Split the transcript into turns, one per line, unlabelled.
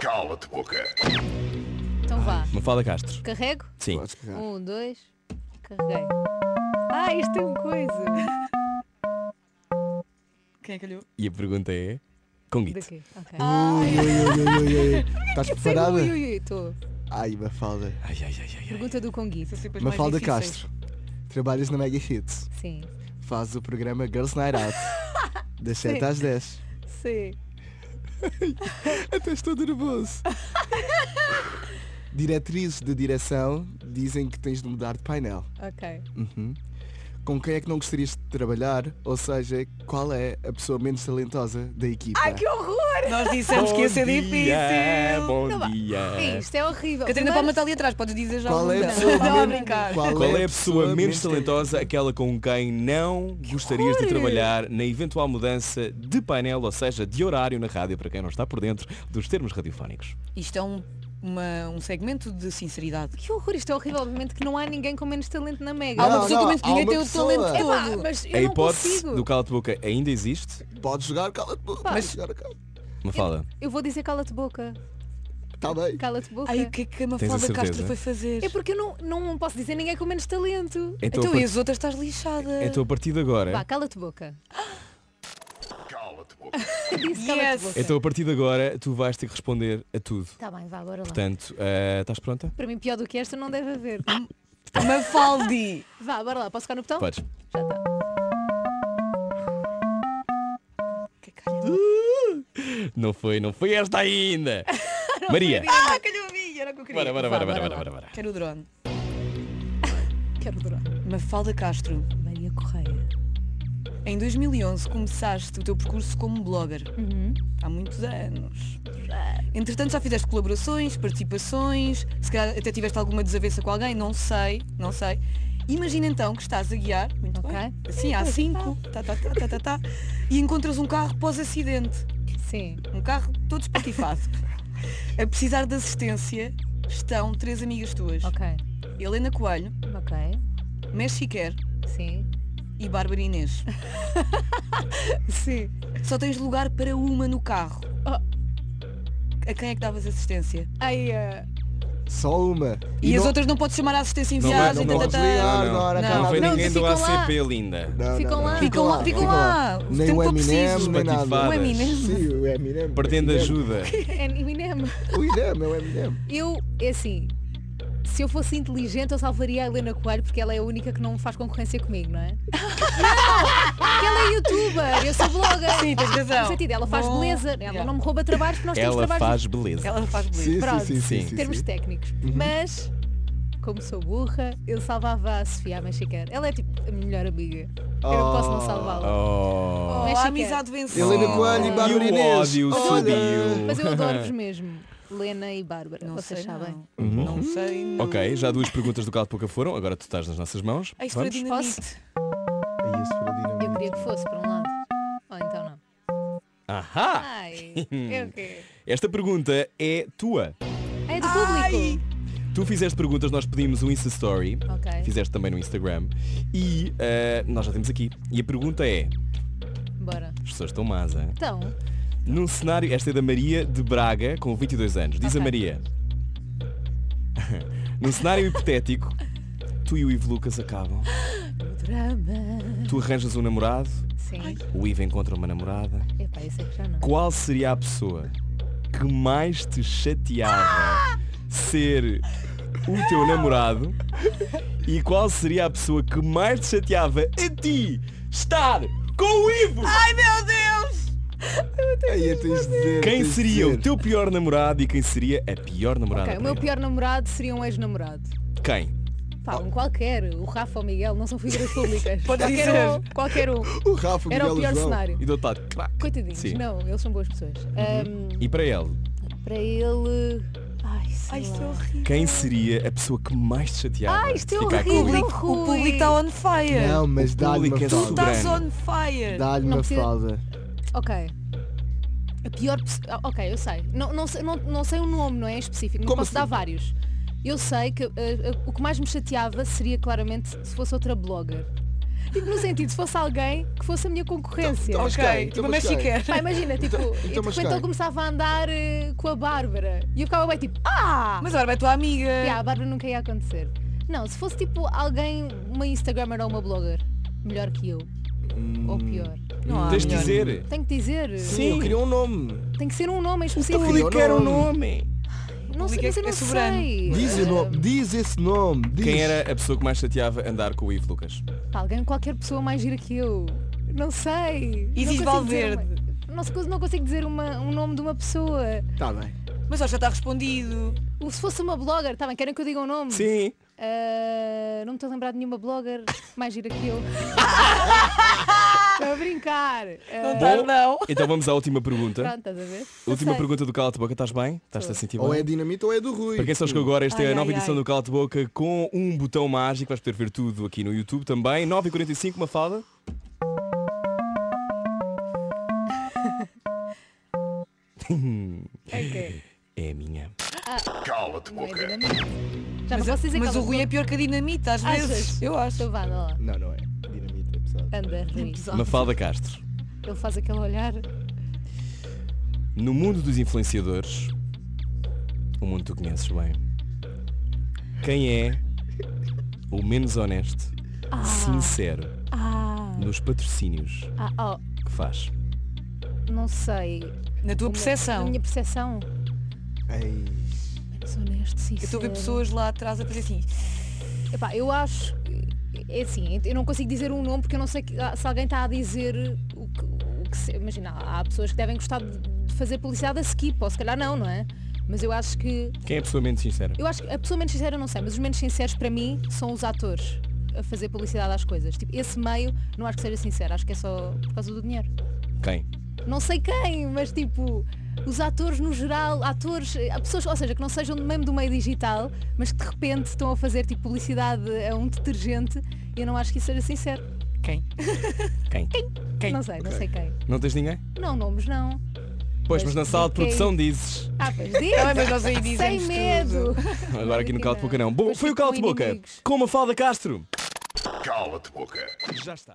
Cala-te, boca.
Então vá.
Mafalda Castro.
Carrego?
Sim.
Um, dois. Carreguei. Ah, isto tem um coisa.
Quem é que olhou?
E a pergunta é. Com Git.
Daqui. Ok. Ah.
Ui, ui, ui, ui, ui. Estás
Sei,
preparada?
ui, ui, ui, estou.
Ai, Mafalda.
Ai, ai, ai, ai, ai.
Pergunta do Conguito.
São sempre as mais
Mafalda
difíceis.
Castro. Trabalhas na Mega Hits.
Sim.
Fazes o programa Girls Night Out. Das 7 às 10.
Sim.
Até estou nervoso. Diretrizes de direção dizem que tens de mudar de painel.
Ok.
Uhum. Com quem é que não gostarias de trabalhar? Ou seja, qual é a pessoa menos talentosa da equipa?
Ai, que horror!
Nós dissemos que ia ser difícil.
Bom
Não, vá.
dia.
É isto, é horrível.
Catarina Palma está ali atrás, podes dizer já.
Qual
o
é a
nome
pessoa
dela. Não, a
menos-
brincar.
Qual é a pessoa menos talentosa, aquela com quem não gostarias de trabalhar na eventual mudança de painel, ou seja, de horário na rádio, para quem não está por dentro dos termos radiofónicos?
Isto é um, uma- um segmento de sinceridade.
Que horror, isto é horrível. Obviamente que não há ninguém com menos talento na Mega.
Há uma
Não,
pessoa
não,
com menos
há
que ninguém
uma
tem o
pessoa.
talento
É pá,
todo.
mas eu
a
não
hipótese
consigo.
do cala de boca ainda existe?
Pode jogar, cala-te boca.
Pá.
Pode jogar, cala-te
Mafalda,
Eu vou dizer cala-te boca.
Tá bem.
Cala-te boca.
Ai, o que é que a
a
Mafalda
certeza?
Castro foi fazer?
É porque eu não, não posso dizer ninguém com menos talento.
então,
Então
a
e
par-
as outras estás lixada.
então a partir de agora,
Vá, cala-te boca.
Cala-te, boca.
Eu disse cala-te
Yes.
boca.
então a partir de agora tu vais ter que responder a tudo.
Tá bem, vá, bora lá.
Portanto, eh, estás pronta?
Para mim, pior do que esta não deve haver.
Mafaldi.
Vá, bora lá. Posso ficar no botão?
Podes.
Já está.
Que calhou.
Não foi, não foi esta ainda. Maria.
Ah, calhou a mim, era o que eu queria.
Bora, bora,
Vá,
bora,
bora
bora, bora,
lá.
bora, bora.
Quero o drone.
Quero adorar.
Mafalda Castro,
Maria Correia.
em 2011 começaste o teu percurso como blogger. Há muitos anos. Entretanto já fizeste colaborações, participações, se calhar até tiveste alguma desavença com alguém, não sei, não sei. Imagina então que estás a guiar, muito
Ok.
bem, assim há cinco, tá, tá, tá, tá, tá, tá, e encontras um carro pós-acidente,
Sim.
um carro todo espatifado. a precisar de assistência estão três amigas tuas,
Ok.
Helena Coelho,
Ok.
Mexiquer
Sim.
e Bárbara Inês.
Sim.
Só tens lugar para uma no carro.
Ah.
A quem é que davas assistência?
Ai, ah,
Só uma.
E, as
não-
outras não podes chamar a assistência em
Não, vai-
viagem.
não, não,
tá, tá,
podes
tá.
ligar, não,
não,
não,
não
não,
foi
não,
ninguém do
ficam lá.
ACP, linda.
Não,
Ficam lá.
Ficam lá, ficam lá. O
Nem
tempo
o
que eu
Eminem,
preciso.
nem nada.
Espatifadas. O Eminem.
Sim, o Eminem.
Perdendo
O Eminem.
ajuda.
é Eminem.
O Eminem, é o Eminem.
Eu, é assim, se eu fosse inteligente eu salvaria a Helena Coelho porque ela é a única que não faz concorrência comigo, não é? não! Porque ela é youtuber, eu sou blogger.
Sim, tens razão.
No sentido, ela faz
Bom,
beleza, ela
yeah.
não me rouba trabalhos porque nós
Ela
temos trabalhos
faz beleza.
Ela faz
Sim,
beleza.
Pronto,
sim, sim, sim,
em
em
sim,
termos
sim. Uhum.
técnicos. Mas, como sou burra, eu salvava a Sofia a Mexiquer. Ela é tipo a minha melhor amiga. Eu não posso não salvá-la.
Oh.
Oh,
Mexiquer.
a amizade venceu.
Helena Coelho e Bárbara
E o
Inês.
ódio
Olha.
subiu.
Mas eu adoro-vos mesmo. Lena e Bárbara,
Não
vocês
sei,
sabem.
não. Não sei. não.
Ok, já duas perguntas do Calo de Pouca foram, agora tu estás nas nossas mãos.
Ah, isso foi
Vamos?
dinamite.
Ai, esse foi dinamite.
Eu queria que fosse, por um lado. Ou então não.
Ah.
Ahá!
Ai, eu quê?
Esta pergunta é tua.
É do público.
Tu fizeste perguntas, nós pedimos um Insta Story,
Ok.
fizeste também no Instagram, e ah, nós já temos aqui. E a pergunta é,
Bora.
as pessoas estão más, hein?
Então,
Num cenário, esta é da Maria de Braga, com 22 anos. Diz a
Ok.
Maria. Num cenário hipotético, tu e o Ivo Lucas acabam.
o drama.
Tu arranjas um namorado,
Sim.
o Ivo encontra uma namorada.
Epá, eu sei que já não.
Qual seria a pessoa que mais te chateava ser o teu namorado? E qual seria a pessoa que mais te chateava a ti estar com o Ivo?
Ah,
Ai meu Deus!
Ai, eu tens de dizer,
Quem
tens de
seria o
dizer.
teu pior namorado e quem seria a pior namorada?
Ok, o
para
meu
ele?
pior namorado seria um ex-namorado.
Quem?
Pá, um qualquer. O Rafa ou o Miguel não são figuras públicas.
Pode
qualquer
dizer.
um. Qualquer um.
O Rafa
Era o
Miguel
pior
João.
cenário.
E do outro lado, crack.
Coitadinhos,
Sim.
não, eles são boas pessoas. Ahm,
E para ele,
para ele. Ai, sei
Ai, isto é
lá.
horrível.
quem seria a pessoa que mais te chateava?
Ai, isto é
ficar com o
O
horrível.
Ivo?
público-
Rui.
O público está on fire.
Não, mas
O
dá-lhe
público é
uma
tudo.
tu
falda.
estás
soberano.
on fire.
Dá-lhe
Não
uma
precisa-
falda.
Ok. A pior pessoa. ah, Ok, eu sei. Não, não, sei- não, não sei o nome, não é em específico. Não
Como
posso
assim?
dar vários. Eu sei que ah, ah, o que mais me chateava seria claramente se fosse outra blogger. Tipo, no sentido, se fosse alguém que fosse a minha concorrência.
Então, mas quem?
ok,
Então,
tipo uma
mas quem?
mexicana.
Pá, imagina, tipo,
Então-
e de
então, mas
repente
quem?
ele começava a andar eh, com a Bárbara e eu ficava bem tipo, ah!
Mas é. agora vai tua amiga.
Yeah, a Bárbara nunca ia acontecer. Não, se fosse tipo alguém, uma Instagrammer ou uma blogger, melhor que eu. Hum. Ou pior.
Não há
Hum, Tens de
melhor.
dizer.
Tenho que dizer,
Sim.
Hum. Eu queria um Então, nome.
tem que ser um nome em específico.
Público.
Publicar o um nome.
Não sei,
público é-
mas eu
é
não
soberano.
sei.
Diz, o nome, diz esse nome. Diz.
Quem era a pessoa que mais chateava andar com o Ivo Lucas?
Pá, Alguém, qualquer pessoa mais gira que eu. Não sei.
Isis
não consigo dizer
Valverde.
uma- Não, sei- não consigo dizer uma- um nome de uma pessoa.
Tá bem.
Mas ó, já está respondido.
Ou Se fosse uma blogger, tá bem, querem que eu diga um nome?
Sim.
Ah, não me estou a lembrar de nenhuma blogger mais gira que eu. Estou a brincar. Ah,
Não está,
Bom.
não.
Então vamos à última pergunta.
pronto, estás a ver? Não
Última
sei.
pergunta do Cala-te Boca. Estás bem? Estás-te a sentir bem?
Ou é dinamite ou é do Rui.
Para quem só chegou agora, esta é
Ai,
a nova
ai,
edição
ai.
do Cala de Boca com um botão mágico. Vais poder ver tudo aqui no YouTube também. 9h45, uma falda.
Ok.
É a minha.
Cala-te
Não é
boca.
dinamite. Já
Mas,
não posso dizer
mas
que
o Rui é pior que a dinamite, às
Achas?
vezes. Eu acho.
Estou vá, anda lá.
Não, não é. Dinamite é pesado.
Anda, Rui.
Mafalda Castro.
Ele faz aquele olhar.
No mundo dos influenciadores, o mundo que tu conheces bem, quem é o menos honesto, sincero,
Ah,
nos patrocínios
ah,
que faz?
oh, não sei.
Na tua
Uma- A
percepção.
minha percepção.
Ei.
Menos honesto, sincero.
Eu estou a ver pessoas lá atrás a fazer assim.
Epá, eu acho. É assim, eu não consigo dizer um nome porque eu não sei que- se alguém está a dizer o que. o que se- imagina, há pessoas que devem gostar de de fazer publicidade a skip, ou se calhar não, não é? Mas eu acho que.
Quem é a pessoa menos sincera?
Eu acho que a pessoa menos sincera eu não sei, mas os menos sinceros para mim são os atores a fazer publicidade às coisas. Tipo, esse meio não acho que seja sincero, acho que é só por causa do dinheiro.
Quem?
não sei quem, mas tipo, os atores no geral, atores, eh, pessoas, ou seja, que não sejam do mesmo do meio digital, mas que de repente estão a fazer tipo publicidade a um detergente, eu não acho que isso seja sincero.
Quem?
Quem?
Quem?
Não sei, não sei quem.
Não tens ninguém?
Não, nomes não.
Pois, mas na sala de
Quem?
produção dizes.
Ah, pois diz.
Ai, é, mas nós aí
Sem
dizemos
medo.
tudo.
Agora aqui no Cala de Boca não. Bom,
Mas
foi o
é. ficam
Cala de Boca
inimigos.
com Mafalda Castro.
Cala-te boca.
Já está.